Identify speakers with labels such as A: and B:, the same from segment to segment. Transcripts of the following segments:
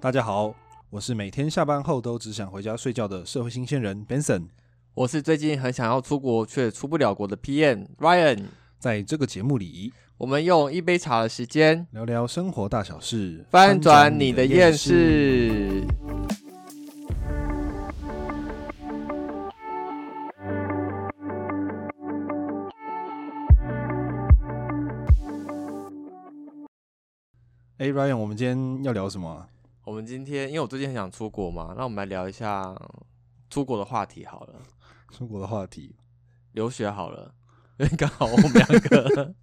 A: 大家好，我是每天下班后都只想回家睡觉的社会新鲜人 Benson。
B: 我是最近很想要出国却出不了国的 PM Ryan。
A: 在这个节目里，
B: 我们用一杯茶的时间
A: 聊聊生活大小事，
B: 翻转你的厌。世。
A: 哎、r y a n 我们今天要聊什么啊、
B: 我们今天因为我最近很想出国嘛，那我们来聊一下出国的话题好了，
A: 出国的话题。
B: 留学好了，因为刚好我们两个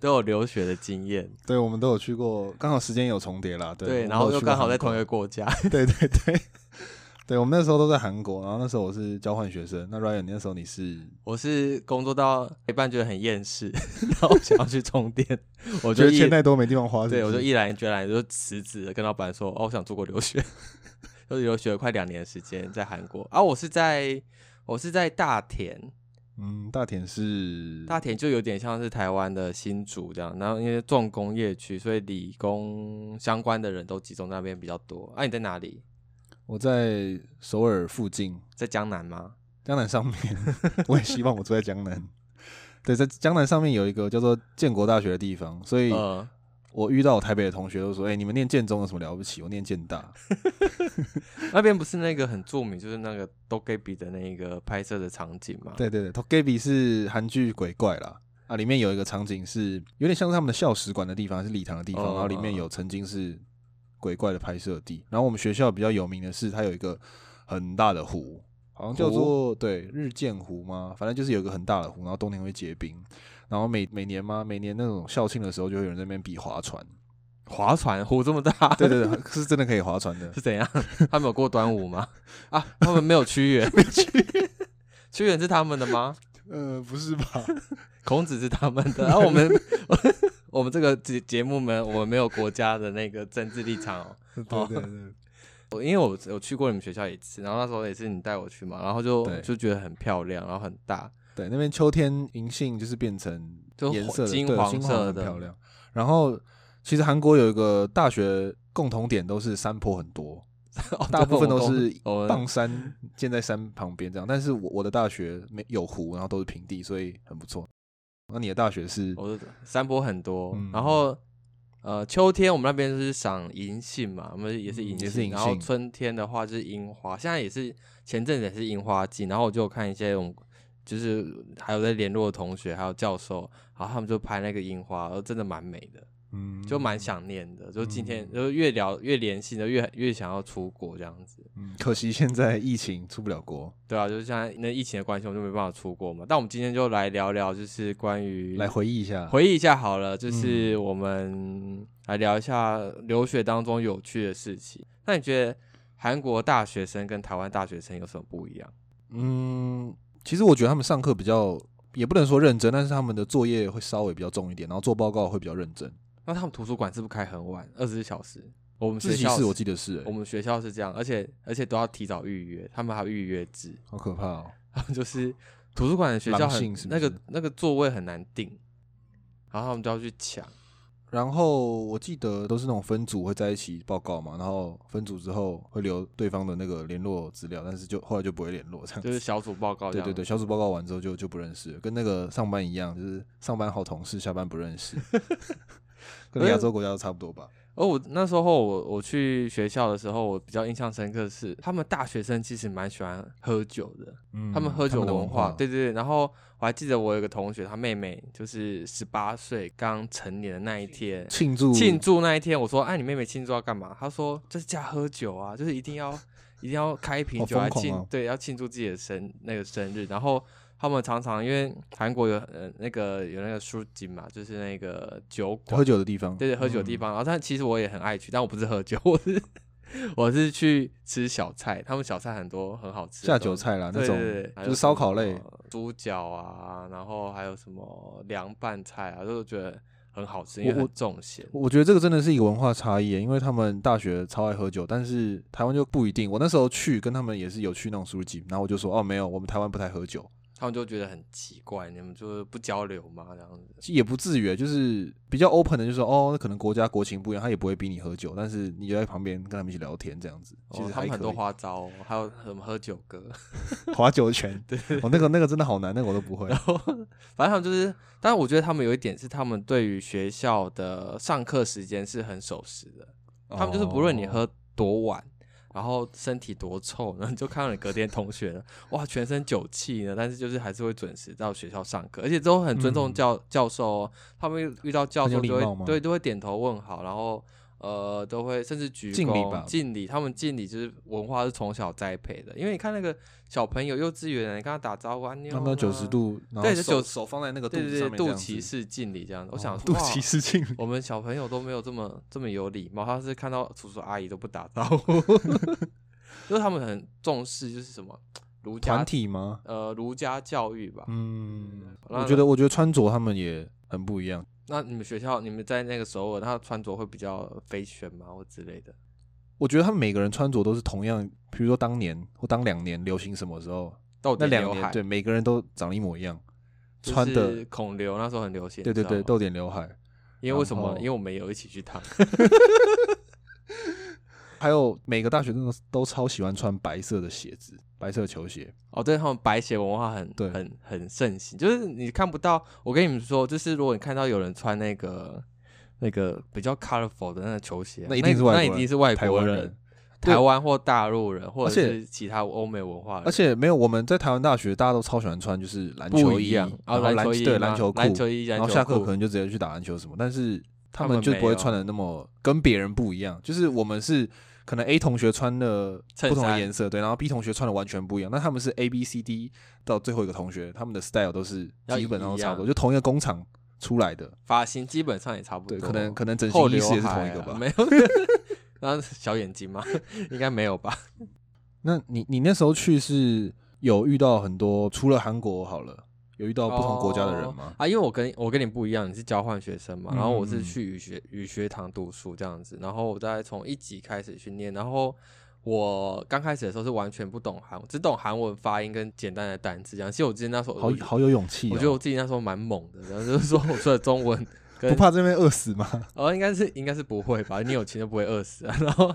B: 都有留学的经验，
A: 对，我们都有去过，刚好时间有重叠啦。对，
B: 对，
A: 我们
B: 然
A: 都
B: 后
A: 有
B: 又
A: 去过
B: 刚好在
A: 韩国
B: 同一个国家，
A: 对对对， 对我们那时候都在韩国，然后那时候我是交换学生。那 Ryan 那时候你是
B: 我是工作到一半觉得很厌世，然后想要去充电，我就一
A: 钱太多没地方花是不是
B: 对，我就毅然决然就辞职了，跟老板说，哦，我想出国留学， 就留学了快两年的时间在韩国。啊，我是在我是在大田，
A: 嗯，大田是
B: 大田就有点像是台湾的新竹这样，然后因为重工业区，所以理工相关的人都集中在那边比较多。啊，你在哪里？
A: 我在首尔附近，
B: 在江南吗？
A: 江南上面， 我也希望我住在江南。对，在江南上面有一个叫做建国大学的地方，所以
B: 呃，
A: 我遇到我台北的同学都说：“哎、你们念建中有什么了不起？我念建大。
B: 那边不是那个很著名，就是那个 d o g e b i 的那个拍摄的场景吗”？，
A: 对对对 t o k a b i 啊是韩剧鬼怪啦，啊，里面有一个场景是有点像是他们的校史馆的地方，还是礼堂的地方，
B: 哦
A: 然后里面有曾经是鬼怪的拍摄地。然后我们学校比较有名的是，它有一个很大的湖，好像叫做对日见湖吗？反正就是有一个很大的湖，然后冬天会结冰，然后每每年嘛，每年那种校庆的时候，就会有人在那边比划 船。
B: 划船湖这么大，
A: 对对对，是真的可以划船的。
B: 是怎样？ 他们有过端午吗？啊，他们没有屈原，没屈原，屈原是他们的吗？
A: 呃，不是吧？
B: 孔子是他们的，然、后我们 我们这个节节目们，我们没有国家的那个政治立场哦。
A: 对对对，
B: 我因为我有去过你们学校一次，然后那时候也是你带我去嘛，然后就
A: 对
B: 就觉得很漂亮，然后很大，
A: 对，那边秋天银杏就是变成
B: 就
A: 颜色的
B: 金
A: 对
B: 黄
A: 金
B: 色
A: 很
B: 的
A: 漂亮。然后其实韩国有一个大学共同点都是山坡很多，
B: 哦
A: 大部分都是
B: 对我们我们
A: 棒山建在山旁边这样。但是我我的大学没有湖，然后都是平地，所以很不错。那你的大学是
B: 我的山坡很多，
A: 嗯
B: 然后呃，秋天我们那边就是赏银杏嘛，我们也是
A: 嗯
B: 银
A: 也
B: 杏，
A: 是银
B: 然后
A: 杏
B: 春天的话就是樱花，现在也是前阵子也是樱花季，然后我就有看一些我们就是还有在联络的同学，还有教授，然后他们就拍那个樱花，然后真的蛮美的，
A: 嗯
B: 就蛮想念的。就今天
A: 嗯
B: 就越聊越联系的，越越想要出国这样子。
A: 嗯可惜现在疫情出不了国，
B: 对啊，就是现在那疫情的关系，我们就没办法出国嘛。但我们今天就来聊聊，就是关于
A: 来回忆一下。
B: 嗯回忆一下好了，
A: 嗯
B: 就是我们来聊一下留学当中有趣的事情。那你觉得韩国大学生跟台湾大学生有什么不一样？
A: 嗯，其实我觉得他们上课比较也不能说认真，但是他们的作业会稍微比较重一点，然后做报告会比较认真。
B: 那他们图书馆是不是开很晚，二十四小时？我们学
A: 自习
B: 校
A: 室
B: 是
A: 我记得是、欸
B: 我们学校是这样，而且而且都要提早预约，他们还有预约制，
A: 好可怕哦！
B: 他们就是图书馆的学校
A: 狼
B: 很
A: 性是不
B: 那
A: 是
B: 个那个座位很难订，然后他们就要去抢。
A: 然后我记得都是那种分组会在一起报告嘛，然后分组之后会留对方的那个联络资料，但是就后来就不会联络这样子。
B: 就是小组报告这
A: 对
B: 样。
A: 对对，小组报告完之后就就不认识了，跟那个上班一样，就是上班好同事，下班不认 识，跟亚洲国家都差不多吧。
B: 而我那时候我我去学校的时候，我比较印象深刻是，他们大学生其实蛮喜欢喝酒的，
A: 嗯
B: 他们喝酒
A: 的
B: 文
A: 文
B: 化，对对对。然后我还记得我有个同学，他妹妹就是十八岁刚成年的那一天。
A: 庆祝
B: 庆祝那一天，我说：“哎、你妹妹庆祝要干嘛？”她说：“就是加喝酒啊，就是一定要一定要开一瓶酒
A: 好
B: 来
A: 疯狂
B: 庆、
A: 哦
B: 对，要庆祝自己的生那个生日。”然后他们常常因为韩国有呃那个有那个书籍嘛，就是那个酒馆
A: 喝，酒的地方，
B: 对对，喝酒的地
A: 嗯
B: 方。然后但其实我也很爱去，但我不是喝酒，我是我是去吃小菜，他们小菜很多很好吃的
A: 下
B: 东
A: 酒
B: 西。
A: 菜啊啦，那
B: 对
A: 种
B: 对对，还有
A: 就是
B: 什
A: 烧烤
B: 么
A: 类，
B: 猪脚啊，然后还有什么凉拌菜啊，就是觉得很好吃，
A: 我
B: 因为很
A: 我
B: 重咸。
A: 我觉得这个真的是一个文化差异耶，因为他们大学超爱喝酒，但是台湾就不一定。我那时候去跟他们也是有去那种书记，然后我就说哦没有，我们台湾不太喝酒，
B: 他们就觉得很奇怪，你们就是不交流嘛，这样子。
A: 其实也不至于，就是比较 open 的，就是说哦，那可能国家国情不一样，他也不会逼你喝酒，但是你就在旁边跟他们一起聊天这样子，其
B: 哦
A: 实
B: 他
A: 还可
B: 们很
A: 以。
B: 多花招、哦，还有什么喝酒歌，
A: 划酒 拳，对，哦，那个那个真的好难，那个我都不会。
B: 反正他们就是。但是我觉得他们有一点是，他们对于学校的上课时间是很守时的。 他们就是不论你
A: 哦，
B: 喝多晚，然后身体多臭，然后你 就看到你隔天同学了，哇，全身酒气呢，但是就是还是会准时到学校上课，而且都很尊重
A: 嗯
B: 教、教授哦。他们遇遇到教
A: 很有
B: 授就
A: 礼貌吗
B: 会对都会点头问好，然后呃都会甚至鞠
A: 敬礼吧
B: 躬敬礼。他们敬礼就是文化是从小栽培的，因为你看那个小朋友幼稚园，你跟他打招呼啊，你
A: 他们要九十。度，然后
B: 对是
A: 手
B: 90
A: 手放在那个肚
B: 对
A: 子
B: 对
A: 上
B: 对，
A: 面这
B: 肚
A: 样子，
B: 脐式敬礼这样子，我
A: 哦
B: 想说
A: 肚
B: 哇
A: 脐是敬礼，
B: 我们小朋友都没有这么这么有礼貌，他是看到叔叔阿姨都不打招呼， 就是他们很重视就是什么儒家
A: 团体吗？
B: 呃儒家教育吧。
A: 嗯，
B: 那
A: 我觉得我觉得穿着他们也很不一样。
B: 那你们学校你们在那个首尔，他穿着会比较飞旋吗或之类的？
A: 我觉得他们每个人穿着都是同样，比如说当年或当两年流行什么时候，
B: 到
A: 那
B: 底
A: 两
B: 刘海
A: 年对每个人都长得一模一样，
B: 就是
A: 穿的
B: 孔刘那时候很流行，
A: 对对对
B: 你知道吗
A: 逗点刘海，
B: 因为为什
A: 然
B: 么
A: 后？
B: 因为我们有一起去烫，
A: 还有每个大学生都都超喜欢穿白色的鞋子，白色球鞋，
B: 哦，对他们白鞋文化很
A: 对
B: 很很盛行，就是你看不到。我跟你们说，就是如果你看到有人穿那个那个比较 colorful 的那个球鞋，啊
A: 那一定是外国
B: 那
A: 人
B: 一定是外
A: 台
B: 国
A: 湾
B: 人
A: 人，，对
B: 台湾或大陆人，或
A: 而
B: 者
A: 且
B: 是其他欧美文化人，
A: 而且没有我们在台湾大学大家都超喜欢穿就是篮球
B: 不
A: 衣，
B: 一样。哦
A: 然后
B: 篮球衣
A: 对
B: 吗
A: 篮球裤，
B: 篮球衣，
A: 然
B: 篮
A: 后
B: 球
A: 下课
B: 裤
A: 可能就直接去打篮球什么，但是他
B: 他
A: 们
B: 们
A: 就
B: 没
A: 不会
B: 有
A: 穿的那么跟别人不一样，就是我们是可能 A 同学穿的
B: 衬
A: 不同的
B: 衫
A: 颜色，对，然后 B 同学穿的完全不一样，那他们是 A B C D 到最后一个同学，他们的 style 都是
B: 要
A: 基本上都
B: 一
A: 差不多，
B: 样
A: 就同一个工厂出来的，
B: 发型基本上也差不
A: 对，
B: 多，
A: 可能可能整
B: 后
A: 形医
B: 刘
A: 师也是同
B: 海
A: 一个
B: 啊
A: 吧。
B: 没有。 然后小眼睛吗？ 应该没有吧？
A: 那你你那时候去是有遇到很多除了韩国好了，有遇到不同国家的人吗？
B: 啊，因为我跟我跟你不一样，你是交换学生嘛，然后我
A: 嗯
B: 是去语学语学堂读书这样子，然后我再从一级开始去念，然后我刚开始的时候是完全不懂韩，只懂韩文发音跟简单的单词这样。其实我之前那时候
A: 好
B: 我
A: 好有勇气、哦，
B: 我觉得我自己那时候蛮猛的，然后就是说我说的 中文跟
A: 不怕这边饿死吗？
B: 哦，应该是应该是不会吧？你有钱就不会饿死啊。然后，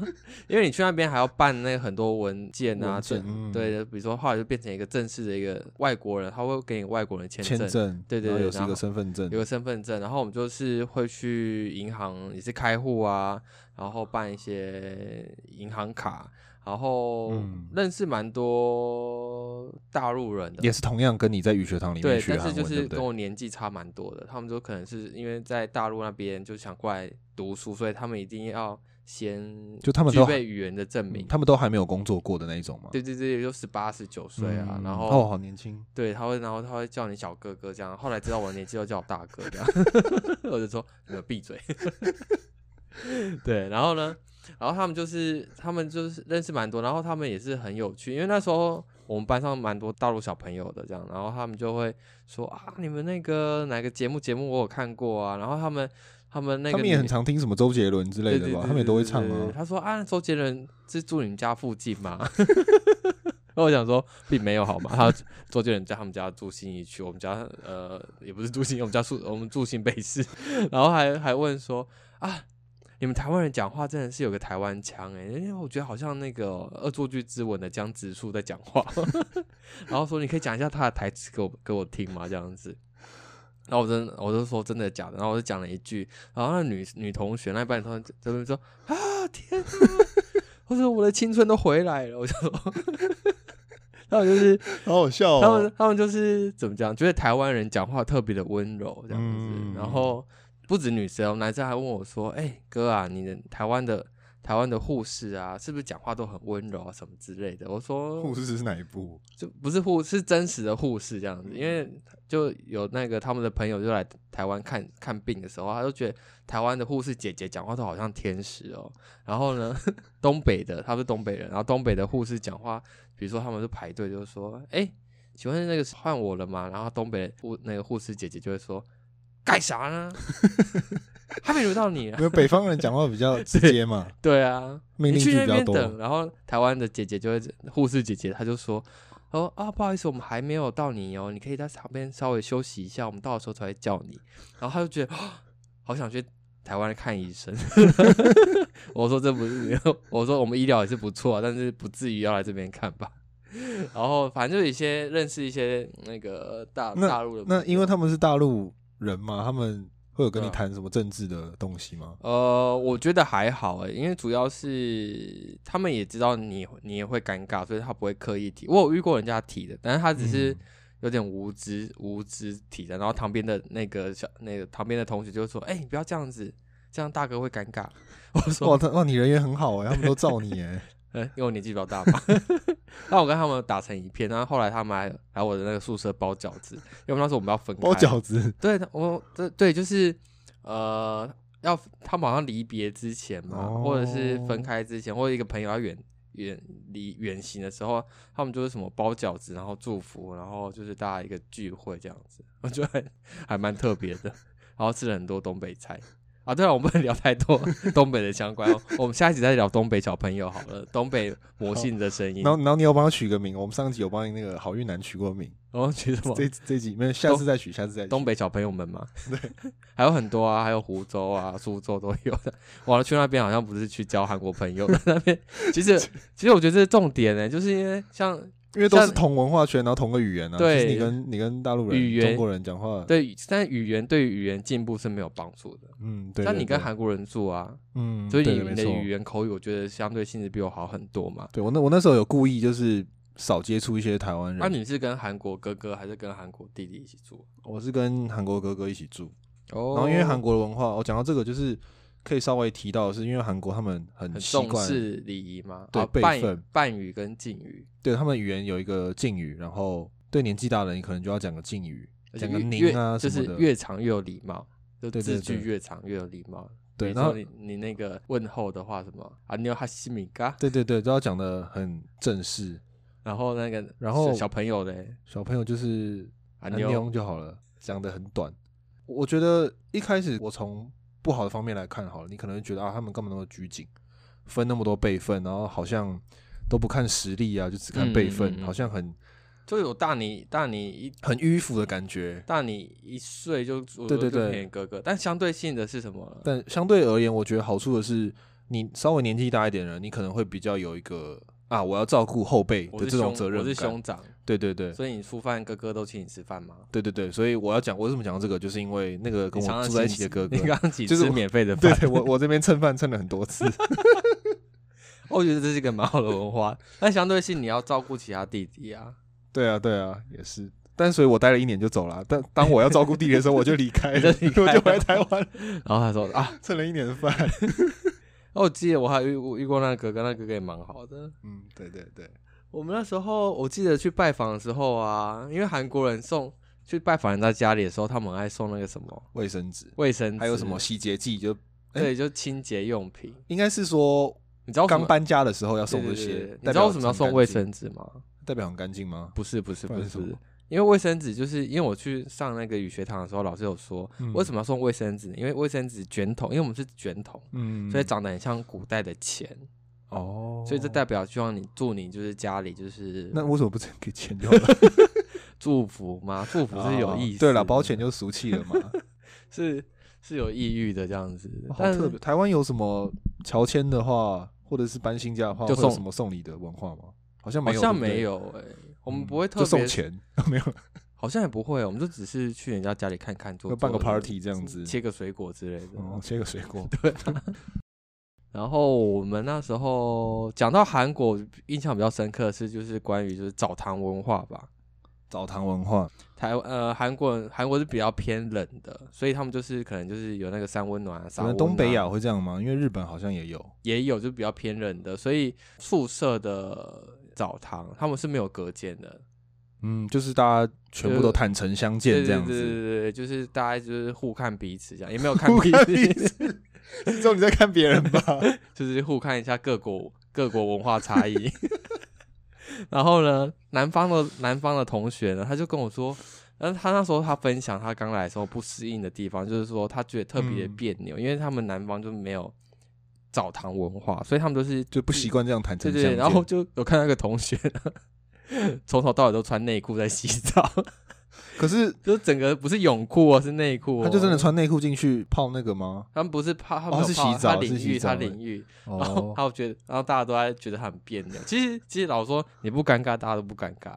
B: 因为你去那边还要办那个很多文件啊，
A: 文件
B: 证
A: 嗯
B: 对，比如说后来就变成一个正式的一个外国人，他会给你外国人签
A: 签
B: 证，
A: 证，
B: 对对
A: 然后
B: 对
A: 有是一
B: 然
A: 个
B: 后
A: 身份证
B: 有，个身份证，然后我们就是会去银行也是开户啊，然后办一些银行卡，然后
A: 嗯
B: 认识蛮多大陆人的，
A: 也是同样跟你在语学堂里面
B: 对，
A: 学
B: 但
A: 韩
B: 是
A: 文，
B: 就是
A: 对不
B: 跟
A: 对？
B: 我年纪差蛮多的，他们就可能是因为在大陆那边就想过来读书，所以他们一定要先
A: 就他们
B: 具
A: 都嗯
B: 备语言的证明。
A: 他们都还没有工作过的那一种嘛。
B: 对对对，就十八十九岁啊，
A: 嗯
B: 然后、
A: 哦，好年轻，
B: 对他会，然后他会叫你小哥哥这样。后来知道我的年纪，又叫我大哥这样， 我就说你们闭嘴。 对，然后呢，然后他们就是他们就是认识蛮多，然后他们也是很有趣，因为那时候我们班上蛮多大陆小朋友的这样，然后他们就会说啊，你们那个哪个节目节目我有看过啊，然后他们他们那个
A: 他们也
B: 女
A: 很常听什么周杰伦之类
B: 对
A: 的
B: 对
A: 吧，他
B: 对
A: 们也都会唱
B: 对对对
A: 啊。
B: 他说啊，周杰伦是住你们家附近吗？ 然后我想说，并没有好吗？他周杰伦在他们家住信义区，我们家呃也不是住信义，我们家住我们住新北市， 然后还还问说啊，你们台湾人讲话真的是有个台湾腔哎、因为我觉得好像那个《恶作剧之吻》的江直树在讲话， 然后说你可以讲一下他的台词给我给我听吗？这样子。然后我真的我就说真的假的，然后我就讲了一句，然后那女女同学那一班同学在那边说啊天哪，我说我的青春都回来了，我就说， 然后就是
A: 好好笑哦
B: 他们！他们就是怎么讲，觉得台湾人讲话特别的温柔这样子，
A: 嗯
B: 然后不止女生哦，男生还问我说：“哎、哥啊，你的台湾的台湾的护士啊，是不是讲话都很温柔啊，什么之类的？”我说：“
A: 护士是哪一部？
B: 就不是护是真实的护士这样子，因为就有那个他们的朋友就来台湾看看病的时候，他就觉得台湾的护士姐姐讲话都好像天使哦。然后呢， 东北的他是东北人，然后东北的护士讲话，比如说他们就排队就说：“哎、请问那个是换我了吗？”然后东北的护那个护士姐姐就会说：“干啥呢？ 还没轮到你、啊。”
A: 没有北方人讲话比较直接嘛，
B: 对啊，
A: 命
B: 你
A: 令
B: 去
A: 句
B: 那
A: 比较
B: 边
A: 多。
B: 等，然后台湾的姐姐就会护士姐姐，她就说他说啊，不好意思，我们还没有到你哦，你可以在旁边稍微休息一下，我们到的时候才会叫你。然后他就觉得、啊好想去台湾看医生。 我说这不是， 我说我们医疗也是不错、啊，但是不至于要来这边看吧。 然后反正就有一些认识一些那个大大陆的朋
A: 那
B: 友，
A: 因为他们是大陆人嘛，他们会有跟你
B: 对啊
A: 谈什么政治的东西吗？
B: 呃，我觉得还好哎、因为主要是他们也知道你你也会尴尬，所以他不会刻意提。我有遇过人家提的，但是他只是
A: 嗯
B: 有点无知、无知提的，然后旁边的那个小那个旁边的同学就说：“哎、你不要这样子，这样大哥会尴尬。”我说
A: 哇，他哇，你人缘很好哎、他们都罩你 哎、：“
B: 呃，因为我年纪比较大嘛。” 然后我跟他们打成一片，然后后来他们还来我的那个宿舍包饺子，因为那时候我们要分开
A: 包饺子，
B: 对，我对对，就是呃，要他们好像离别之前嘛，或者是分
A: 哦
B: 开之前，或者一个朋友要远远离远行的时候，他们就是什么包饺子，然后祝福，然后就是大家一个聚会这样子，我觉得还还蛮特别的。然后吃了很多东北菜啊，对了，我们不能聊太多东北的相关哦，我们下一集再聊东北小朋友好了，东北魔
A: 好
B: 性的声音
A: 然，后然后你有帮他取个名，我们上集有帮你那个好运男取过名，
B: 然后取什么？
A: 这这集没有，下次再取，下次再取。
B: 东北小朋友们嘛，对， 还有很多啊，还有湖州啊、苏州都有的。我去那边好像不是去交韩国朋友的，那边其 实其实我觉得这是重点呢、就是因为像
A: 因为都是
B: 像
A: 同文化圈，然后同个语言啊，
B: 对
A: 就是你跟你跟大陆人、
B: 语言
A: 中国人讲话，
B: 对，但语言对语言进步是没有帮助的。
A: 嗯，对。
B: 像
A: 对
B: 你跟
A: 对
B: 韩国人住啊，
A: 嗯，
B: 所以
A: 对
B: 你
A: 没
B: 你的
A: 错
B: 语言口语，我觉得相对性质比我好很多嘛。
A: 对我那我那时候有故意就是少接触一些台湾人，
B: 那、啊你是跟韩国哥哥还是跟韩国弟弟一起住？啊
A: 我是跟韩国哥哥一起住，
B: 哦
A: 然后因为韩国的文化，哦我讲到这个就是可以稍微提到，的是因为韩国他们很
B: 很
A: 习
B: 重
A: 惯，
B: 视礼仪嘛，
A: 对
B: 啊
A: 辈
B: 半
A: 分
B: 半语跟敬语，
A: 对他们语言有一个敬语，然后对年纪大的人你可能就要讲个敬语，
B: 而且
A: 讲个
B: 越
A: 您
B: 越
A: 啊
B: 就
A: 什
B: 是
A: 么的，
B: 越长越有礼貌，就
A: 对
B: 字
A: 对
B: 句
A: 对
B: 越长越有礼貌。
A: 对，
B: 比如
A: 然后
B: 说你你那个问候的话，什么啊，你有哈西米嘎，
A: 对对对都要讲的很正式，
B: 然后那个
A: 然后
B: 小小朋友嘞，
A: 小朋友就是
B: 啊
A: 安
B: 你有
A: 妞就好了，讲的很短。我觉得一开始我从不好的方面来看好了，你可能会觉得啊，他们干嘛那么拘谨，分那么多辈分，然后好像都不看实力啊，就只看辈分，
B: 嗯嗯嗯
A: 好像很
B: 就有大你大你一
A: 很迂腐的感觉。
B: 大你一岁就我
A: 对对
B: 就
A: 对
B: 便宜哥哥，但相对性的是什么？
A: 但相对而言，我觉得好处的是，你稍微年纪大一点的人，你可能会比较有一个啊，我要照顾后辈
B: 我
A: 的
B: 是
A: 这
B: 兄
A: 种责任
B: 我是
A: 感。
B: 兄长，
A: 对对对。
B: 所以你吃饭哥哥都请你吃饭吗？
A: 对对对，所以我要讲，我为什么讲到这个，就是因为那个跟
B: 你常
A: 我
B: 常
A: 住在一
B: 请
A: 起的哥哥，
B: 你刚刚请
A: 就是
B: 吃
A: 我
B: 免费的饭
A: 对，对，我我这边蹭饭蹭了很多次，
B: 我觉得这是一个蛮好的文化。但相对性你要照顾其他弟弟啊，
A: 对啊，对啊，也是。但所以我待了一年就走了。啊但当我要照顾弟弟的时候，我就离开
B: 你就
A: 了，我
B: 离开了
A: 就回台湾，
B: 然后他说啊，
A: 蹭了一年饭。
B: 哦，我记得我还遇过遇过那个哥哥，那个哥哥也蛮好的。
A: 嗯，对对对，
B: 我们那时候我记得去拜访的时候啊，因为韩国人送去拜访人家家里的时候，他们很爱送那个什么
A: 卫生纸
B: 卫生纸，
A: 还有什么洗洁剂，就
B: 对，就清洁用品。
A: 应该是说
B: 你知道为什
A: 刚
B: 么
A: 搬家的时候要送
B: 对
A: 这
B: 对对
A: 些
B: 对。你
A: 代
B: 知道
A: 表
B: 为什么
A: 很干
B: 要送
A: 净
B: 卫？生纸吗？
A: 代表很干净吗？
B: 不是不是
A: 不
B: 不
A: 然
B: 是
A: 是
B: 不
A: 什
B: 是
A: 么，
B: 因为卫生纸就是因为我去上那个语学堂的时候，老师有说、
A: 嗯
B: 为什么要送卫生纸呢？因为卫生纸卷筒，因为我们是卷筒，
A: 嗯
B: 所以长得很像古代的钱，
A: 哦，
B: 所以这代表希望你祝你就是家里就是
A: 那为什么不直接给钱就好 了？
B: 祝福吗？祝福是有意思、
A: 哦对了，包钱就俗气了嘛。
B: 是是有意欲的这样子，
A: 哦好
B: 但
A: 特别。台湾有什么乔迁的话，或者是搬新家的话，
B: 就
A: 会有
B: 送
A: 什么送礼的文化吗？好像
B: 好
A: 没有，
B: 像
A: 对不对
B: 没。有哎、我们
A: 嗯
B: 不会特
A: 就送
B: 别，
A: 钱， 没有
B: 好像也不会，我们就只是去人家家里看看，做
A: 就办个
B: 做
A: party 这样子，
B: 切个水果之类的。啊
A: 哦，切个水 果，
B: 然后我们那时候讲到韩国，印象比较深刻的是就是关于就是澡堂文化吧。
A: 澡堂文化，
B: 台呃韩国人韩国是比较偏冷的，所以他们就是可能就是有那个三温暖啊，
A: 可
B: 啥
A: 能东北亚会这样吗？因为日本好像也有，
B: 也有就比较偏冷的，所以宿舍的澡堂他们是没有隔间的，
A: 嗯，就是大家全部都坦诚相见这样
B: 对对
A: 子。
B: 对对对，就是大家就是互看彼此这样，也没有看
A: 不
B: 彼
A: 好 意
B: 此，
A: 思，你 知道你在看别 人吧？
B: 就是互看一下各国各国文化差异。 然后呢，南方的南方的同学呢，他就跟我说，但是他那时候他分享他刚来的时候不适应的地方，就是说他觉得特别
A: 嗯
B: 别扭，因为他们南方就没有澡堂文化，所以他们都是
A: 就不习惯这样坦诚
B: 对对
A: 相见。
B: 对，然后就有看到一个同学， 从头到尾都穿内裤在洗澡，
A: 可是
B: 就是整个不是泳裤哦，是内裤、哦。
A: 他就真的，穿内裤进去泡那个 吗？
B: 他们不是泡，他
A: 哦
B: 们没有
A: 是洗
B: 泡
A: 澡
B: 他淋
A: 是洗
B: 浴，他
A: 澡
B: 淋浴，然后
A: 哦，
B: 他觉得，然后大家都在觉得他很别扭。其实其实老实说你不尴尬，大家都不尴尬。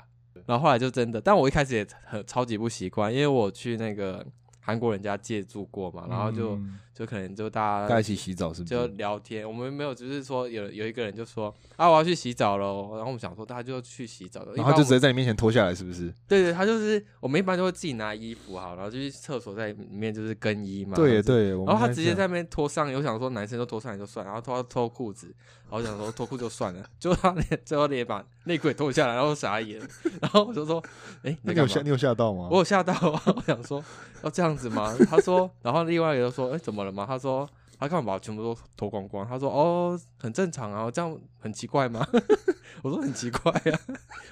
B: 然后后来就真的，但我一开始也很超级不习惯，因为我去那个韩国人家借住过嘛，然后就、
A: 嗯
B: 就可能就大
A: 大家
B: 家
A: 一起洗澡是不？
B: 就是聊天，我们没有就是说有有一个人就说啊我要去洗澡喽，然后我们想说大家就去洗澡了，
A: 然
B: 一般
A: 后就
B: 我
A: 直接在你面前脱下来，是不是？
B: 对对，他就是我们一般都会自己拿衣服好，然后就去厕所在里面就是更衣嘛，
A: 对
B: 然
A: 耶
B: 后
A: 对耶，
B: 然
A: 然
B: 后他直接在那边脱上衣，我想说男生都脱上来就算，然后脱脱裤子，然后我想说脱裤就算了，就他连最后连把内裤也脱下来，然后傻眼，然后我就说，哎、
A: 那
B: 你
A: 你有
B: 在干
A: 吓
B: 嘛？
A: 你有吓到吗？
B: 我有吓到啊！ 我想说要这样子吗？他说，然后另外一个就说，哎、怎么了吗？他说他干嘛把我全部都脱光光？他说哦，很正常啊，这样很奇怪吗？ 我说很奇怪啊，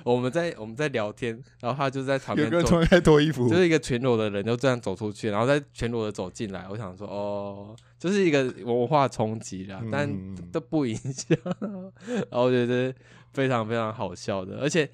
B: 我们在我们在聊天，然后他就在
A: 有
B: 旁边
A: 个人
B: 走
A: 突然开始脱衣服
B: 就，是一个全裸的人就这样走出去，然后再全裸的走进来。我想说，哦，就是一个文化冲击啦，
A: 嗯
B: 啊但
A: 嗯嗯
B: 都不影响。 然后我觉得非常非常好笑的，而且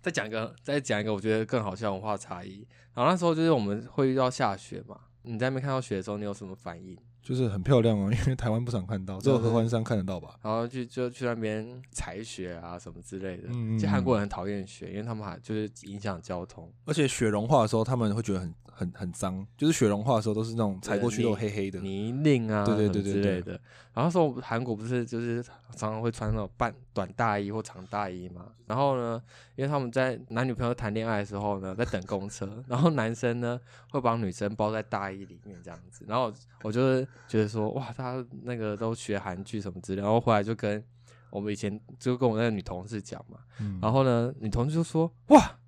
B: 再讲一个，再讲一个，我觉得更好笑的文化差异。然后那时候就是我们会遇到下雪嘛，你在那边看到雪的时候，你有什么反应？
A: 就是很漂亮啊，因为台湾不常看到，只有合欢山看得到吧？
B: 然后去就去那边踩雪啊什么之类的。
A: 嗯嗯
B: 其实韩国人很讨厌雪，因为他们还就是影响交通。
A: 而且雪融化的时候，他们会觉得很很很脏，就是雪融化的时候都是那种踩过去都有黑黑的。
B: 泥泞啊，
A: 对对
B: 什么
A: 对对
B: 之
A: 对
B: 类的。然后说韩国不是就是常常会穿那种半短大衣或长大衣嘛。然后呢，因为他们在男女朋友谈恋爱的时候呢，在等公车，然后男生呢会把女生包在大衣里面这样子。然后我就是觉得说，哇，大家那个都学韩剧什么之类的，然后回来就跟我们以前就跟我那个女同事讲嘛，
A: 嗯
B: 然后呢，女同事就说，哇。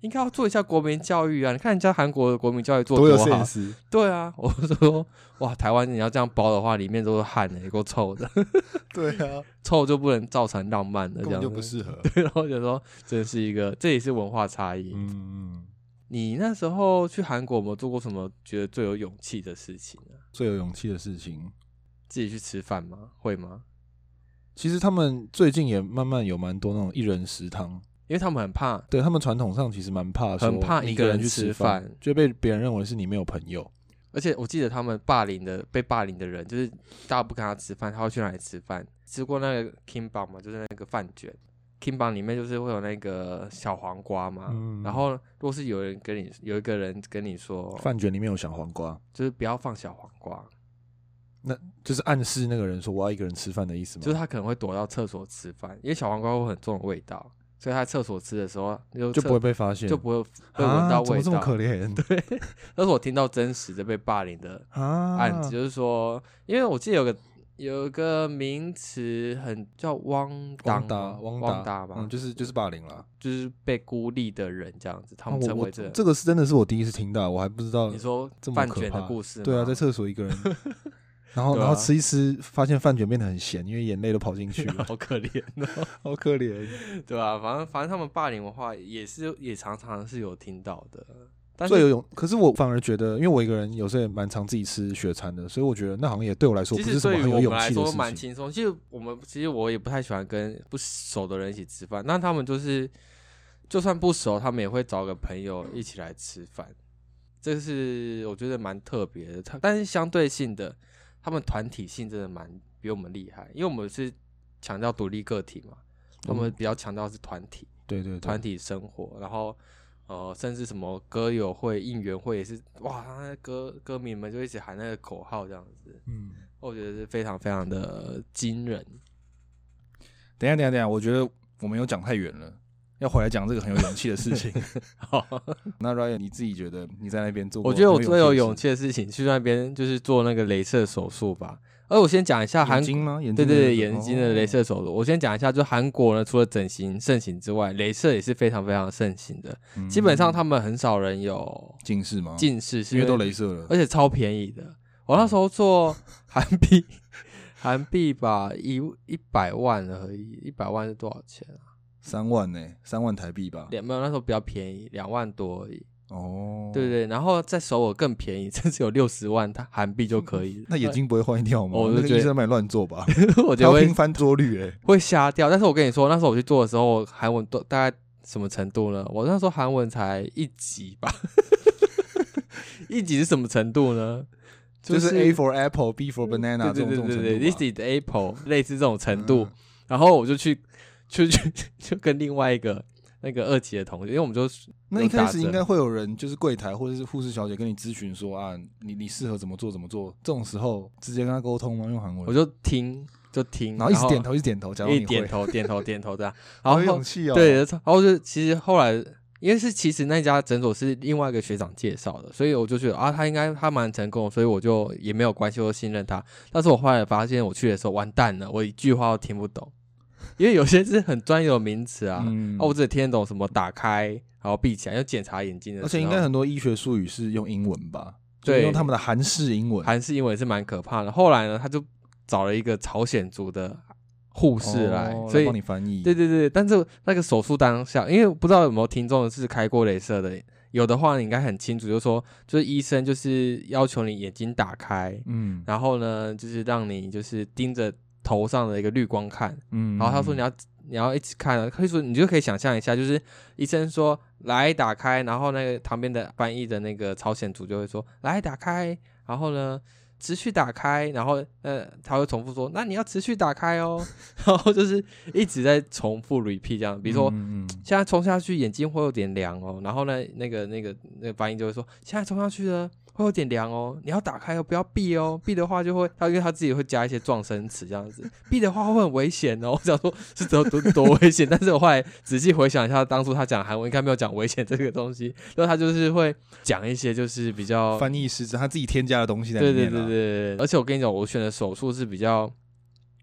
B: 应该要做一下国民教育啊！你看人家韩国的国民教育做
A: 多有
B: 好，
A: sense，
B: 对啊， 我就说哇，台湾你要这样包的话，里面都是汗的，也够臭的，
A: 对啊，
B: 臭就不能造成浪漫的
A: 根
B: 这
A: 本
B: 样
A: 就不
B: 子。
A: 适合。
B: 然后我就说，这是一个，这也是文化差异。
A: 嗯，嗯
B: 你那时候去韩国，有没有做过什么觉得最有勇气的事情啊？
A: 最有勇气的事情，
B: 自己去吃饭吗？会吗？
A: 其实他们最近也慢慢有蛮多那种一人食堂，
B: 因为他们很怕，
A: 对他们传统上其实蛮怕说
B: 很怕
A: 你
B: 一
A: 一
B: 个人
A: 人去
B: 吃
A: 饭
B: 饭，
A: 就被别人认为是你没有朋友。
B: 而且我记得他们霸凌的被霸凌的人，就是大家不跟他吃饭，他会去哪里吃饭？吃过那个 kimbap 嘛，就是那个饭卷，kimbap 里面就是会有那个小黄瓜嘛，
A: 嗯
B: 然后，如果是有人跟你有一个人跟你说，
A: 饭卷里面有小黄瓜，
B: 就是不要放小黄瓜，
A: 就是暗示那个人说我要一个人吃饭的意思吗？
B: 就是他可能会躲到厕所吃饭，因为小黄瓜会很重的味道，所以他在厕所吃的时候就
A: 就
B: 厕
A: 不会被发现，
B: 就不会会闻
A: 啊
B: 到
A: 怎
B: 味
A: 么这
B: 道
A: 么。可怜？
B: 那是我听到真实的被霸凌的
A: 啊，
B: 案子，就是说，因为我记得有个有一个名词很叫汪当
A: 汪达
B: 吗，
A: 汪
B: 汪
A: 达
B: 达吧，
A: 嗯，就是就是霸凌啦。
B: 就是被孤立的人这样子，他
A: 啊
B: 们
A: 我
B: 称
A: 我
B: 为这。
A: 这个是真的是我第一次听到，我还不知道
B: 你。说
A: 这么
B: 饭
A: 可
B: 卷的
A: 怕
B: 故事吗？
A: 对啊，在 厕所一个人，然后
B: 对
A: 然后
B: 啊
A: 吃一吃，发现饭卷变得很咸，因为眼泪都跑进去 了，
B: 好可怜哦。
A: 好可 怜。
B: 对吧、反正反正他们霸凌文化也是也常常是有听到的，但
A: 最
B: 是
A: 有勇，可是我反而觉得，因为我一个人有时候也蛮常自己吃雪餐的，所以我觉得那好像也对我来说
B: 其
A: 不
B: 实
A: 是什么
B: 对于
A: 很
B: 我
A: 有
B: 们
A: 勇
B: 来
A: 气的
B: 说
A: 事
B: 蛮
A: 情。
B: 轻松。其实我们其实我也不太喜欢跟不熟的人一起吃饭，那他们就是就算不熟，他们也会找个朋友一起来吃饭，这是我觉得蛮特别的。他但是相对性的，他们团体性真的蛮比我们厉害，因为我们是强调独立个体嘛，他们
A: 嗯
B: 比较强调是团体。
A: 对对对
B: 团，体生活，然后呃，甚至什么歌友会、应援会也是，哇，那歌歌迷们就一起喊那个口号这样子，
A: 嗯，
B: 我觉得是非常非常的惊 人。
C: 等一下，等一下，等一下，我觉得我们有讲太远了，要回来讲这个很有勇气的事 情。那 Ryan，你自己觉得你在那边做过
B: 我
C: 很
B: 觉得
C: 有勇气的事？
B: 我最有勇气的事情，去那边就是做那个镭射手术吧。而我先讲一下韩
C: 眼，睛吗？眼睛
B: 对对
C: 的
B: 对，
C: 那个
B: 眼睛的镭。
C: 哦
B: 射手术。我先讲一下，就韩国呢，除了整形盛行之外，镭射也是非常非常盛行的。
C: 嗯
B: 基本上他们很少人有
C: 近视吗？
B: 近视，是
A: 因为都镭射了，
B: 而且超便宜的。我那时
A: 嗯
B: 候做韩币， 韩币吧，一一百万而已，一百万是多少钱啊？
C: 三万呢、三万台币吧。
B: 两没有，那时候比较便宜，两万多而已。
C: 哦，
B: 对不对？然后在首尔更便宜， 甚至有六十万它韩币就可以了。
A: 那眼睛不会坏掉吗？
B: 哦我就
A: 那个
B: 觉得
A: 医生买乱做吧，
B: 我觉
A: 他
B: 得
A: 会
B: 会
A: 拼翻桌率
C: 欸
A: 哎，
B: 会瞎掉。但是我跟你说，那时候我去做的时候，韩文都大概什么程度呢？我那时候韩文才一级吧， 一级是什么程度呢？
A: 就是
B: 是
A: A for apple, B for banana 这
B: 对
A: 种这种
B: 对对对
A: 程
B: 对
A: 度
B: ，This
A: 吧。
B: is the apple，类似这种程度。
A: 嗯
B: 然后我就去，就去 就跟另外一个那个二级的同学，因为我们就
A: 那一开
B: 有打
A: 始
B: 折
A: 应该会有人，就是柜台或者是护士小姐跟你咨询说啊，你你适合怎么做怎么做。这种时候直接跟他沟通吗？用韩
B: 我
A: 文，
B: 就听就听，
A: 然后一直点，头，一直点头，假如
B: 一
A: 你
B: 直点
A: 会，
B: 头点头点 头这样。然
A: 好
B: 后
A: 有勇气哦。
B: 对，，然后就其实后来，因为是其实那家诊所是另外一个学长介绍的，所以我就觉得啊，他应该他蛮成功，所以我就也没有关系，我就信任他。但是我后来发现，我去的时候完蛋了，我一句话都听不懂，因为有些是很专有的名词啊，
A: 嗯
B: 啊，我只听得懂什么打开，然后闭起来，要检查眼睛的时候，
A: 而且应该很多医学术语是用英文吧，
B: 对
A: 就是用他们的韩式英文。
B: 韩式英文是蛮可怕的。后来呢，他就找了一个朝鲜族的护士
A: 哦
B: 来，所以
A: 帮你翻译。
B: 对对对，但是那个手术当下，因为不知道有没有听众是开过镭射的，有的话你应该很清楚，就是说，就是医生就是要求你眼睛打开，
A: 嗯
B: 然后呢，就是让你就是盯着头上的一个绿光看，
A: 嗯
B: 然后他说你要你要一直看啊，可以说你就可以想象一下，就是医生说来打开，然后那个旁边的翻译的那个朝鲜族就会说来打开，然后呢持续打开，然后呃他会重复说那你要持续打开哦，然后就是一直在重复 repeat 这样，比如说。
A: 嗯嗯嗯
B: 现在冲下去眼睛会有点凉哦，然后呢，那个那个那个翻译就会说，现在冲下去呢会有点凉哦，你要打开哦，不要闭哦，闭的话就会他因为他自己会加一些撞声词这样子，闭的话会很危险哦。我想说是多多多危险，但是我后来仔细回想一下，当初他讲韩文应该没有讲危险这个东西，然后他就是会讲一些就是比较
A: 嗯翻译师，他自己添加的东西在
B: 对
A: 里
B: 对
A: 面
B: 对
A: 啦。
B: 对，对而且我跟你讲，我选的手术是比较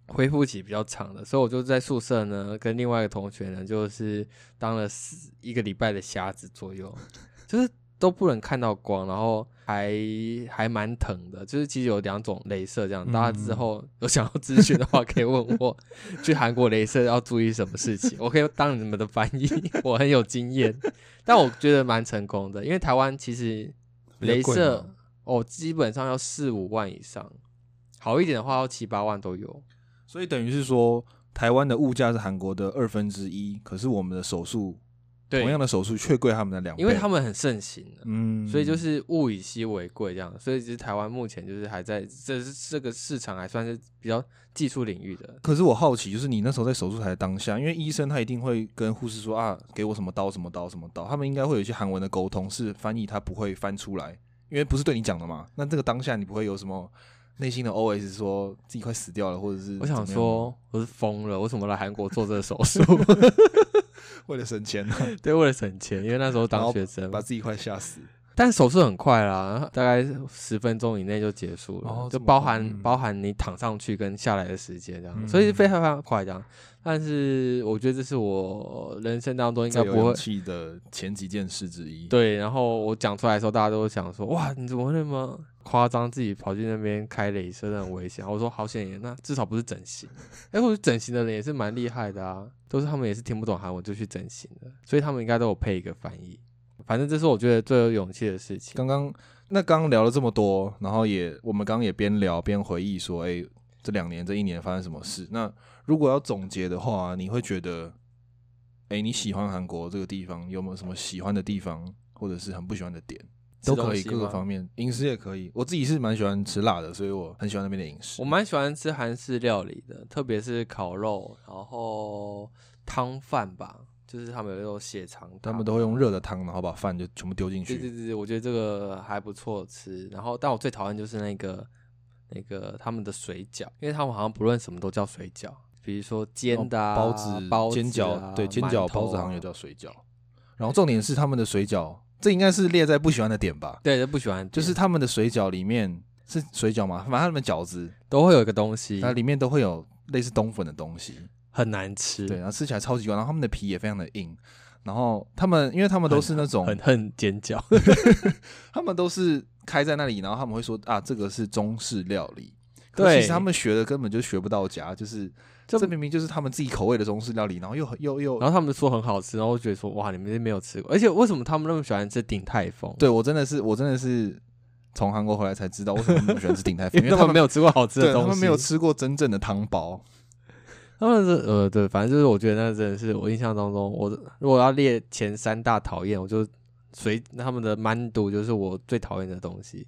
B: 恢复期比较长的，所以我就在宿舍呢，跟另外一个同学呢，就是当了四一个礼拜的瞎子左右， 就是都不能看到光，然后还还蛮疼的。就是其实有两种镭射这样，大家之后有想要咨询的话，可以问我去韩国镭射要注意什么事情，我可以当你们的翻译， 我很有经验，但我觉得蛮成功的，因为台湾其实
A: 比较
B: 镭
A: 贵
B: 射
A: 吗
B: 哦，基本上要四五万以上，好一点的话要七八万都有。
A: 所以等于是说，台湾的物价是韩国的二分之一，可是我们的手术同样的手术却贵他们的两倍，
B: 因为他们很盛行的、
A: 嗯，
B: 所以就是物以稀为贵这样。所以其实台湾目前就是还在这是这个市场还算是比较技术领域的。
A: 可是我好奇，就是你那时候在手术台当下，因为医生他一定会跟护士说啊，给我什么刀什么刀什么刀，他们应该会有一些韩文的沟通，是翻译他不会翻出来，因为不是对你讲的嘛。那这个当下你不会有什么内心的 OS 说自己快死掉了，或者是
B: 我想
A: 怎么样吗
B: 说，我是疯了，为什么来韩国做这个手术？
A: 为了省钱、
B: 对，为了省钱，因为那时候当学 生
A: 把
B: 嘛。
A: 自己快吓死。
B: 但手术很快啦，大概十分钟以内就结束了，
A: 哦这
B: 就
A: 么
B: 包
A: 快
B: 含、
A: 嗯
B: 包含你躺上去跟下来的时间这样，
A: 嗯
B: 所以非常非常快这样。但是我觉得这是我人生当中应该
A: 最
B: 不
A: 有
B: 会
A: 勇气的前几件事之一。，
B: 对，然后我讲出来的时候，大家都想说：“哇，你怎么会那么夸张？自己跑去那边开镭射，那很危险。”我说：“好险也，那至少不是整形。” 哎，我觉得整形的人也是蛮厉害的啊，都是他们也是听不懂韩文就去整形的，所以他们应该都有配一个翻译。反正这是我觉得最有勇气的事情。
A: 刚刚那刚刚聊了这么多，然后也我们刚刚也边聊边回忆说，哎、这两年这一年发生什么事？那如果要总结的话，你会觉得，哎、你喜欢韩国这个地方有没有什么喜欢的地方，或者是很不喜欢的点？
B: 吃
A: 都
B: 东
A: 可以，
B: 西
A: 各个
B: 吗
A: 方面，饮食也可以。我自己是蛮喜欢吃辣的，所以我很喜欢那边的饮食。
B: 我蛮喜欢吃韩式料理的，特别是烤肉，然后汤饭吧，就是他们有那种血肠汤，
A: 他们都会用热的汤，然后把饭就全部丢进
B: 对对
A: 去。
B: 对，我觉得这个还不错吃。然后，但我最讨厌就是那个那个他们的水饺，因为他们好像不论什么都叫水饺，比如说煎的、啊
A: 哦包子、
B: 包
A: 煎
B: 子
A: 饺
B: 啊，
A: 对，煎饺、包子好像也。
B: 馒头啊
A: 叫水饺。然后重点是他们的水饺，这应该是列在不喜欢的点吧？
B: 对，就不喜欢点，
A: 就是他们的水饺里面是水饺嘛，反正他们饺子，
B: 都会有一个东西
A: 它里面都会有类似冬粉的东西，
B: 很难吃，
A: 对，然后吃起来超级软，然后他们的皮也非常的硬，然后他们因为他们都是那种，
B: 很恨煎饺。
A: 他们都是开在那里，然后他们会说啊，这个是中式料理。其
B: 对，
A: 实他们学的根本就学不到家，就是
B: 这
A: 这明明就是他们自己口味的中式料理，然后又很又又
B: 然后他们说很好吃，然后我觉得说哇，你们这没有吃过，而且为什么他们那么喜欢吃鼎泰丰？，
A: 对我真的是我真的是从韩国回来才知道为什么他们喜欢吃鼎泰 丰，因
B: 因
A: 为
B: 为他
A: 他
B: 们
A: 们
B: 没有吃过好吃
A: 对
B: 的东
A: 他
B: 西，
A: 们没有吃过真正的汤包。
B: 他们是呃对，反正就是我觉得那真的是我印象当中，我如果要列前三大讨厌，我就随他们的满肚就是我最讨厌的东西。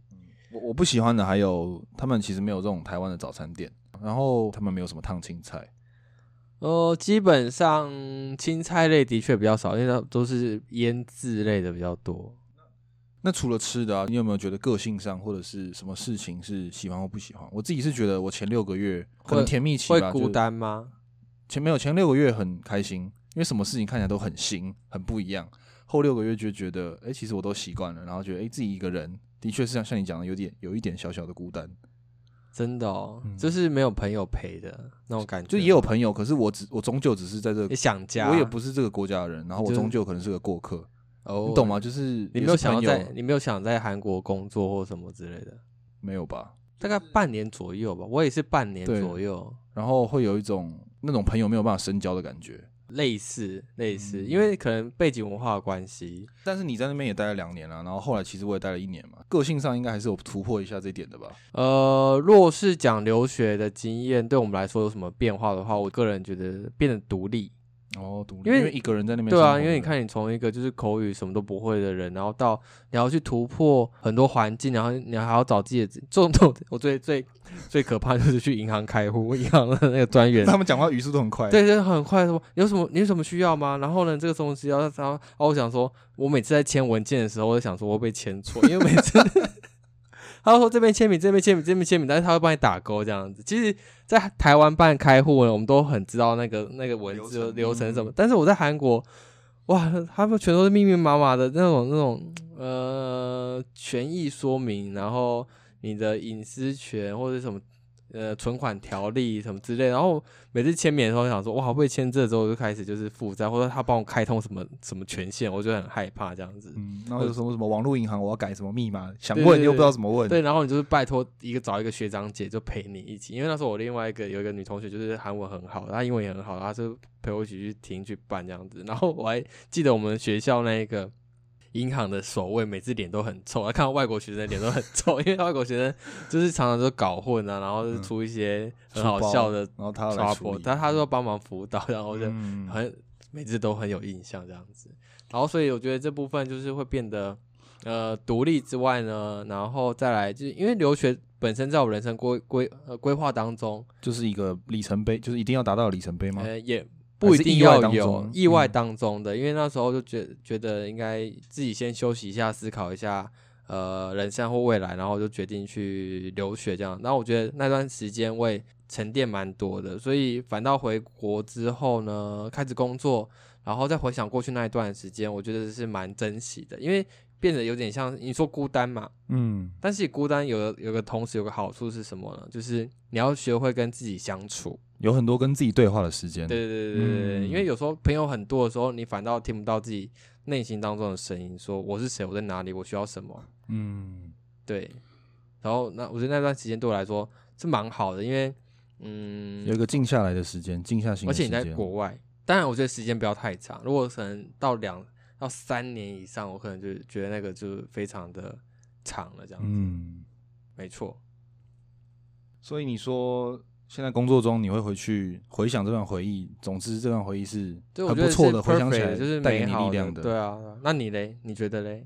A: 我我不喜欢的还有他们其实没有这种台湾的早餐店，然后他们没有什么烫青菜，
B: 呃，基本上青菜类的确比较少，因为它都是腌制类的比较多。
A: 那除了吃的啊，你有没有觉得个性上或者是什么事情是喜欢或不喜欢？我自己是觉得我前六个月可能甜蜜期
B: 会
A: 吧，
B: 孤。单吗？
A: 前没有前六个月很开心，因为什么事情看起来都很新，很不一样。后六个月就觉得，哎、其实我都习惯了，然后觉得，哎、自己一个人的确是像像你讲的，有点有一点小小的孤单，
B: 真的哦，
A: 嗯
B: 就是没有朋友陪的那种感觉，
A: 就也有朋友，可是我只我终究只是在这
B: 也
A: 个，
B: 想家，
A: 我也不是这个国家的人，然后我
B: 就是
A: 终究可能是个过客，
B: 哦，
A: 你懂吗？？就是
B: 你
A: 也
B: 没有
A: 是
B: 想要
A: 朋友
B: 在，你没有想在韩国工作或什么之类的，
A: 没有吧？
B: 大概半年左右吧，我也是半年
A: 对
B: 左右。
A: 然后会有一种那种朋友没有办法深交的感觉。
B: 类似类似，
A: 嗯
B: 因为可能背景文化的关系，
A: 但是你在那边也待了两年了、然后后来其实我也待了一年嘛，个性上应该还是有突破一下这一点的吧。
B: 呃，若是讲留学的经验对我们来说有什么变化的话，我个人觉得变得独立。
A: 哦，独立，
B: 因为
A: 因为一个人在那边，
B: 对啊，因为你，看你从一个就是口语什么都不会的人，然后到你要去突破很多环境，然后你还要找自己的这种这种，我最最最可怕就是去银行开户，银行的那个专员
A: 他们讲话语速都很快，，
B: 对对，很快说有什么你有什么需要吗？然后呢，这个东西要然后然后我想说，我每次在签文件的时候，我就想说我会被签错，因为每次 他会说这边签名，这边签名，这边签名，但是他会帮你打勾这样子。其实，在台湾办开户呢，我们都很知道那个那个文
A: 流
B: 字
A: 程嗯
B: 流程是什么，但是我在韩国，哇，他们全都是密密麻麻的那种那种呃权益说明，然后你的隐私权或者什么。呃，存款条例什么之类，然后每次签名的时候，我想说哇，会不会签这之后就开始就是负债，或者他帮我开通什么什么权限，我就很害怕这样子。
A: 嗯，然后有什么什么网络银行，我要改什么密码，想
B: 对对
A: 问
B: 对
A: 又不知道怎么问，
B: 对，然后你就是拜托一个找一个学长姐就陪你一起，因为那时候我另外一个有一个女同学就是韩文很好，她英文也很好，她就陪我一起去听去办这样子。然后我还记得我们学校那一个银行的守卫，每次脸都很臭，她看到外国学生脸都很臭，因为外国学生就是常常都搞混啊，然后就是出一些很好笑的
A: 粗包然后他要来
B: 抓
A: 处
B: 破，
A: 理，
B: 但她说帮忙辅导，然后我就
A: 嗯
B: 很每次都很有印象这样子。然后所以我觉得这部分就是会变得呃独立之外呢，然后再来就是因为留学本身在我人生规规呃规划当中，
A: 就是一个里程碑，就是一定要达到的里程碑吗？
B: 呃也。不一
A: 是
B: 定
A: 意外
B: 要
A: 当
B: 有
A: 中
B: 意外
A: 嗯
B: 当中的，因为那时候就觉觉得应该自己先休息一下，思考一下，呃，人生或未来，然后就决定去留学这样。然后我觉得那段时间我也沉淀蛮多的，所以反倒回国之后呢，开始工作，然后再回想过去那一段时间，我觉得是蛮珍惜的，因为变得有点像你说孤单嘛，
A: 嗯，
B: 但是孤单有有个同时有个好处是什么呢？就是你要学会跟自己相处。
A: 有很多跟自己对话的时间，
B: 对对对对对，
A: 嗯
B: 因为有时候朋友很多的时候，你反倒听不到自己内心当中的声音，说我是谁，我在哪里，我需要什么。
A: 嗯，
B: 对，然后那我觉得那段时间对我来说是蛮好的，因为嗯，
A: 有一个静下来的时间，静下心
B: 而
A: 的时
B: 且你
A: 间，
B: 在国外，当然我觉得时间不要太长，如果可能到两到三年以上，我可能就觉得那个就非常的长了，这样子，
A: 嗯，
B: 没错。
A: 所以你说现在工作中你会回去回想这段回忆，总之这段回忆是
B: 对，我
A: 很
B: 觉
A: 不
B: 得
A: 错
B: 是
A: 的，回想起
B: perfect
A: 来
B: 就是
A: 带给
B: 美
A: 你
B: 好
A: 力量的。
B: 的。对啊，那你嘞？你觉得嘞？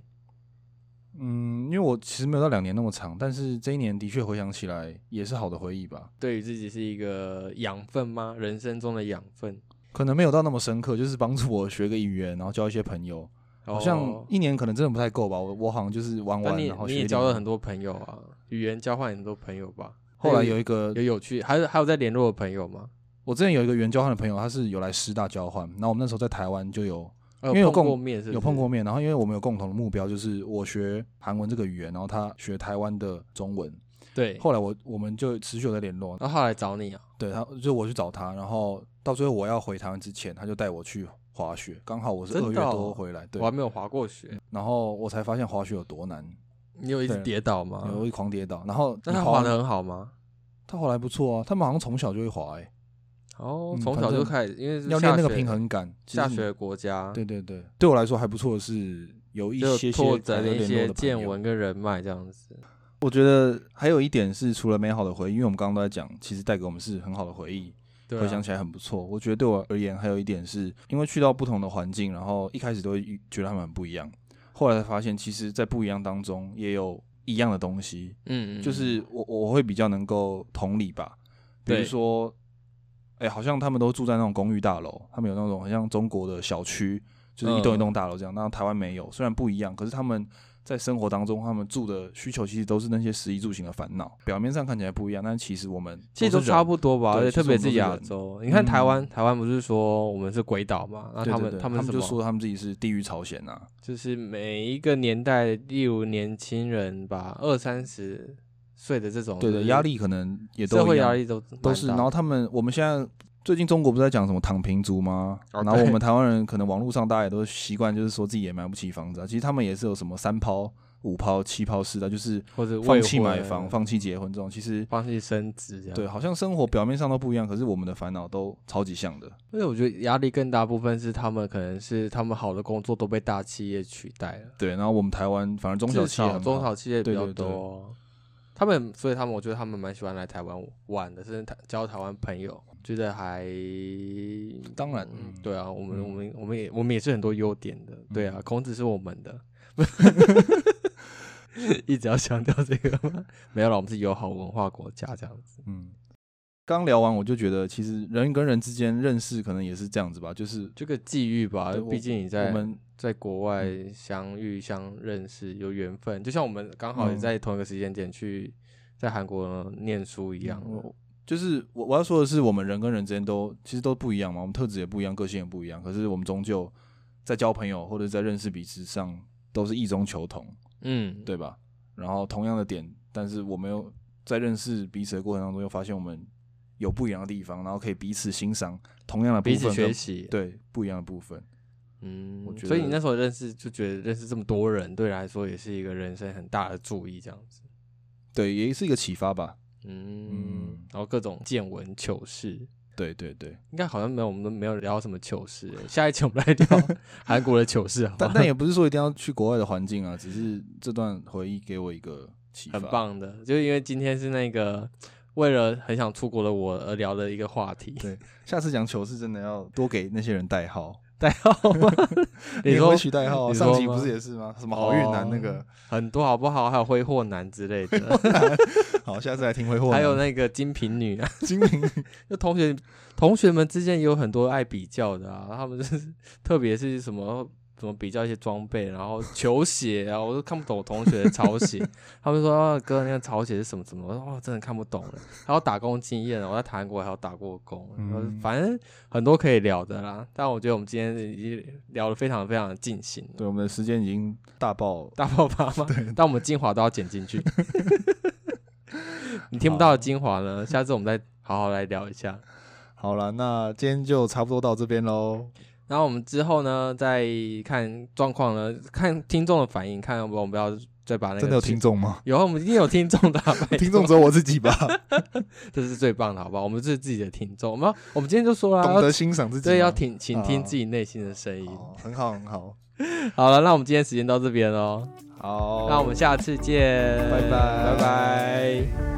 A: 嗯，因为我其实没有到两年那么长，但是这一年的确回想起来也是好的回忆吧。
B: 对于自己是一个养分吗？人生中的养分，
A: 可能没有到那么深刻，就是帮助我学个语言，然后交一些朋友。好像
B: 哦
A: 一年可能真的不太够吧，我我好像就是玩
B: 那
A: 玩，
B: 你
A: 然后
B: 你
A: 学
B: 也
A: 一
B: 交了
A: 点
B: 很多朋友啊，语言交换很多朋友吧。
A: 后来
B: 有
A: 有一个
B: 有有趣，还有还有在联络的朋友吗？
A: 我之前有一个原交换的朋友，他是有来师大交换，然后我们那时候在台湾就有
B: 呃
A: 因为有
B: 碰
A: 共
B: 过面是不是
A: 有碰过面，然后因为我们有共同的目标，就是我学韩文这个语言，然后他学台湾的中文。
B: 对，
A: 后来我我们就持续有在联络，
B: 然后他来找你啊，
A: 对他就我去找他，然后到最后我要回台湾之前，他就带我去滑雪，刚好我是
B: 真
A: 二月
B: 的哦
A: 多回来，对
B: 我，还没有滑过雪，
A: 然后我才发现滑雪有多难，
B: 你有一直
A: 对
B: 跌倒吗
A: 然？后我一狂跌倒，然后
B: 啊那
A: 你
B: 他
A: 滑
B: 滑的很好吗？
A: 他滑来不错啊，他们好像从小就会滑、欸，
B: 哦
A: 嗯，
B: 从
A: 反
B: 小就
A: 正
B: 开始，因为是
A: 要
B: 下
A: 练那个
B: 雪
A: 平衡感。其实
B: 下
A: 你
B: 雪国家，
A: 对对对，对我来说还不错的是有一
B: 就
A: 些
B: 拓
A: 些
B: 展一些见
A: 闻。
B: 闻跟人脉这样子。
A: 我觉得还有一点是，除了美好的回忆，因为我们刚刚都在讲，其实带给我们是很好的回忆，
B: 对、
A: 回想
B: 啊，
A: 起来很不错。我觉得对我而言，还有一点是因为去到不同的环境，然后一开始都会觉得他们很不一样，后来才发现，其实，在不一样当中也有一样的东西。
B: 嗯，嗯
A: 就是我我会比较能够同理吧，比
B: 对
A: 如说，哎、好像他们都住在那种公寓大楼，他们有那种很像中国的小区，就是一栋一
B: 嗯
A: 栋大楼这样。那、台湾没有，虽然不一样，可是他们在生活当中，他们住的需求其实都是那些食衣住行的烦恼。表面上看起来不一样，但其实我们
B: 其实都
A: 是
B: 差
A: 人
B: 不多吧，而
A: 对
B: 且
A: 其实
B: 特别
A: 我们都
B: 是
A: 是
B: 亚
A: 人
B: 洲，你看台湾，
A: 嗯
B: 台湾不是说我们是鬼岛嘛？那
A: 对
B: 啊他
A: 对
B: 们
A: 对
B: 们
A: 们
B: 什
A: 就
B: 么？
A: 说他们自己是地狱朝鲜啊，
B: 就是每一个年代，例如年轻人吧，二三十岁的这种，
A: 对
B: 就
A: 对，
B: 是
A: 压力可能也都
B: 哦社会
A: 一样
B: 压力都
A: 都是。
B: 蛮
A: 然
B: 大
A: 后他们，我们现在最近中国不是在讲什么躺平族吗？
B: 哦
A: 然后我
B: 对
A: 们台湾人可能网络上大家也都习惯，就是说自己也买不起房子啊。其实他们也是有什么三抛、五抛、七抛式的，就是
B: 或者
A: 放
B: 未
A: 弃买
B: 婚
A: 房、放弃结婚这种。其实
B: 放弃升职这样。
A: 对，好啊像生活表面上都不一样，可是我们的烦恼都超级像的。
B: 而且我觉得压力更大部分是他们可能是他们好的工作都被大企业取代了，
A: 对，然后我们台湾反而中小
B: 至
A: 企业
B: 少
A: 很
B: 中
A: 好
B: 小企业比
A: 对
B: 较
A: 对对
B: 多哦。他们，所以他们，我觉得他们蛮喜欢来台湾玩的，甚至台交台湾朋友，觉得还
A: 当然
B: 嗯
A: 嗯
B: 对啊，我们、
A: 嗯
B: 我们我们也我们也是很多优点的，对啊，孔子是我们 的， 一直要强调这个吗？没有了，我们是友好文化国家这样子，
A: 嗯，刚聊完我就觉得，其实人跟人之间认识可能也是这样子吧，就是
B: 这个际遇吧
A: 对，我
B: 毕竟你在
A: 我们嗯
B: 在国外相遇、相认识、有缘分，就像我们刚好也
A: 嗯
B: 在同一个时间点去在韩国念书一样。
A: 嗯我就是我我要说的是，我们人跟人之间都其实都不一样嘛，我们特质也不一样，个性也不一样，可是我们终究在交朋友或者在认识彼此上都是异中求同，
B: 嗯，
A: 对吧？然后同样的点，但是我们又在认识彼此的过程当中，又发现我们有不一样的地方，然后可以彼此欣赏同样的部
B: 彼
A: 分
B: 此
A: 跟，
B: 学习。
A: 对不一样的部分。
B: 嗯
A: 我，觉
B: 所以你
A: 得
B: 那时候认识就觉得认识这么多人，对你来说也是一个人生很大的注意，这样子。
A: 对，也是一个启发吧。
B: 嗯，
A: 嗯
B: 然后各种见闻糗事。
A: 对对 对，
B: 应该好像没有，我们都没有聊什么糗事欸。下一期我们来聊 韩国的糗事好不
A: 但
B: 好，
A: 但也不是说一定要去国外的环境啊，只是这段回忆给我一个启发。
B: 很，棒的。就是因为今天是那个为了很想出国的我而聊的一个话 题。
A: 下次讲球是真的要多给那些人代 号。
B: 代号 吗？你
A: 也
B: 说
A: 会取代号啊，
B: 你
A: 上
B: 说
A: 集
B: 吗
A: 不是也是吗？哦什么好运啊男那 个？
B: 很多好不好？还有 挥霍男之类的，
A: 好，下次来听挥霍男。
B: 还有那个精品女啊，
A: 精 灵，
B: 就同学同学们之间也有很多爱比较的啊。他们就是特别是什么怎么比较一些装备，然后球鞋啊，我都看不懂我同学的潮鞋。他们说、啊、哥那个潮鞋是什么什么，我说哦真的看不懂了。还有打工经验，啊我在韩国还有打过工，啊
A: 嗯
B: 然后反正很多可以聊的啦。但我觉得我们今天已经聊得非常非常的尽兴了。
A: 对，我们的时间已经大爆。
B: 大爆发吗？ 但我们精华都要剪进去。 你听不到的精华呢？下次我们再好好来聊一下。
A: 好了，那今天就差不多到这边喽。
B: 然后我们之后呢，再看状况呢，看听众的反应，看我们不要再把那个
A: 真的有
B: 去
A: 听，哎众吗？
B: 有啊我们一定有听众的啊，拜托
A: 听众只有我自己吧，
B: 这是最棒的，好不好？我们是自己的听众，我们要我们今天就说 了，
A: 懂
B: 要
A: 得欣赏自己吗。
B: 对，要听，请听
A: 哦
B: 自己内心的声音。
A: 好，很好，很好。
B: 好了，那我们哦今天时间到这边喽，
A: 好，
B: 那我们下次见，
A: 拜拜
B: 拜拜。